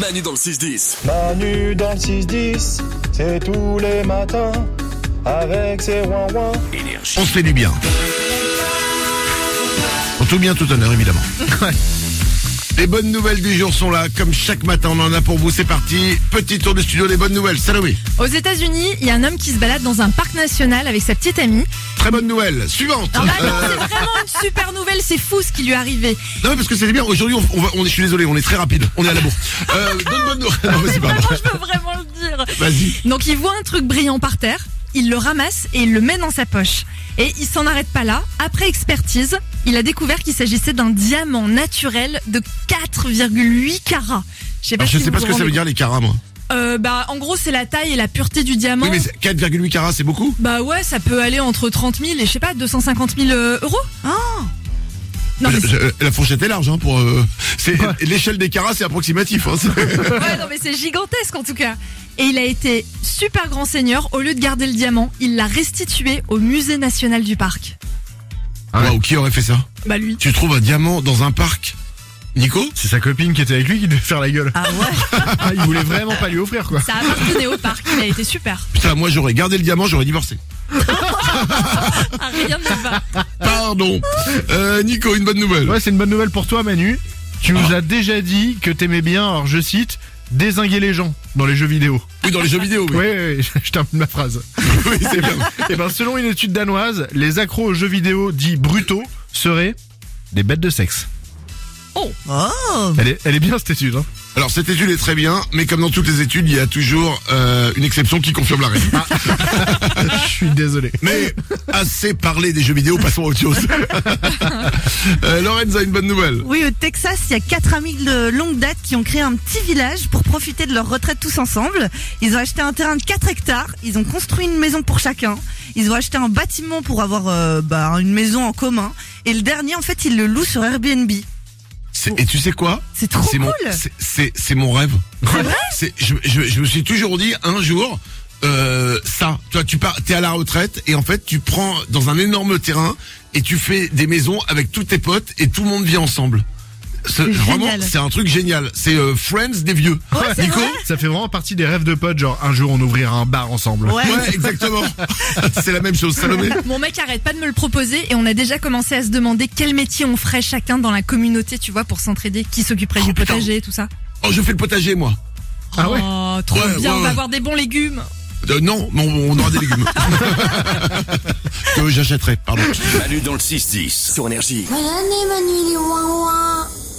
Manu dans le 6-10. Manu dans le 6-10, c'est tous les matins, avec ses ouin-ouin. Énergie. On se fait du bien. Pour tout bien, tout honneur, évidemment. Ouais. Les bonnes nouvelles du jour sont là, comme chaque matin, on en a pour vous, c'est parti. Petit tour du studio des bonnes nouvelles. Salut oui. Aux États-Unis, il y a un homme qui se balade dans un parc national avec sa petite amie. Très bonne nouvelle. Suivante. Non, bah non, Euh, c'est vraiment une super nouvelle, c'est fou ce qui lui est arrivé. non, mais parce que c'était bien. Aujourd'hui, on, on va- on est- je suis désolé, on est très rapide. On est à la bourre. Euh, d'autres bonnes nouvelles. Non, mais c'est pas Vraiment, vrai. je peux vraiment le dire. Vas-y. Donc il voit un truc brillant par terre, il le ramasse et il le met dans sa poche. Et il s'en arrête pas là. Après expertise, il a découvert qu'il s'agissait d'un diamant naturel de 4,8 carats. Je sais pas, Alors, ben, si Ah, je sais vous pas ce que vous ça rendez veut dire, les carats, moi. compte. Euh, bah, en gros, c'est la taille et la pureté du diamant. Oui, mais c'est- 4,8 carats, c'est beaucoup. Bah ouais, ça peut aller entre 30 000 et je sais pas, 250 000 euh, euros. Non, mais Ah. Je- je- la fourchette est large, hein, pour, euh, c'est, l'échelle des carats, c'est approximatif, hein, c'est- Ouais, non, mais c'est gigantesque en tout cas. Et il a été super grand seigneur. Au lieu de garder le diamant, il l'a restitué au musée national du parc. Waouh, qui aurait fait ça? Bah lui. Tu trouves un diamant dans un parc? Nico? C'est sa copine qui était avec lui qui devait faire la gueule. Ah ouais Ah, il voulait vraiment pas lui offrir quoi. Ça appartenait au parc. Il a été super. Putain, moi, j'aurais gardé le diamant, j'aurais divorcé. Ah, rien ne va. Pardon. Euh, Nico, une bonne nouvelle. Ouais, c'est une bonne nouvelle pour toi Manu. Tu nous as déjà dit que t'aimais bien, alors je cite, désinguer les gens dans les jeux vidéo. Oui, dans les jeux vidéo, oui. Ouais, ouais, ouais, je termine ma phrase. Oui, c'est bien. Et ben selon une étude danoise, les accros aux jeux vidéo dits brutaux seraient des bêtes de sexe. Oh. Ah. Elle est, elle est bien cette étude. Hein. Alors, cette étude est très bien, mais comme dans toutes les études, il y a toujours euh, une exception qui confirme la règle. Ah. je suis désolé. Mais assez parlé des jeux vidéo, passons à autre chose. Euh, Lorenza, une bonne nouvelle. Oui, au Texas, il y a quatre amis de longue date qui ont créé un petit village pour profiter de leur retraite tous ensemble. Ils ont acheté un terrain de 4 hectares, ils ont construit une maison pour chacun, ils ont acheté un bâtiment pour avoir euh, bah, une maison en commun, et le dernier, en fait, ils le louent sur Airbnb. C'est- Et tu sais quoi C'est trop C'est cool mon, c'est- c'est c'est mon rêve. C'est- je, je- je me suis toujours dit un jour. Euh, ça, tu vois, tu pars, t'es à la retraite et en fait tu prends dans un énorme terrain et tu fais des maisons avec tous tes potes et tout le monde vit ensemble. C'est- Vraiment, génial. c'est un truc génial. C'est euh, Friends des vieux. Nico, Ça fait vraiment partie des rêves de potes, genre un jour on ouvrira un bar ensemble. Ouais. ouais, exactement. c'est la même chose, Salomé. Mon mec arrête pas de me le proposer et on a déjà commencé à se demander quel métier on ferait chacun dans la communauté, tu vois, pour s'entraider, qui s'occuperait Oh, du putain. potager et tout ça. Oh, je fais le potager moi. Ah ouais Oh, trop Ouais, ouais, bien, on va ouais. avoir des bons légumes. Euh, non, mais on, on aura des légumes. que j'achèterai, pardon. Manu dans le 6-10. Sur Énergie. Voilà, Manu, il est ouin ouin.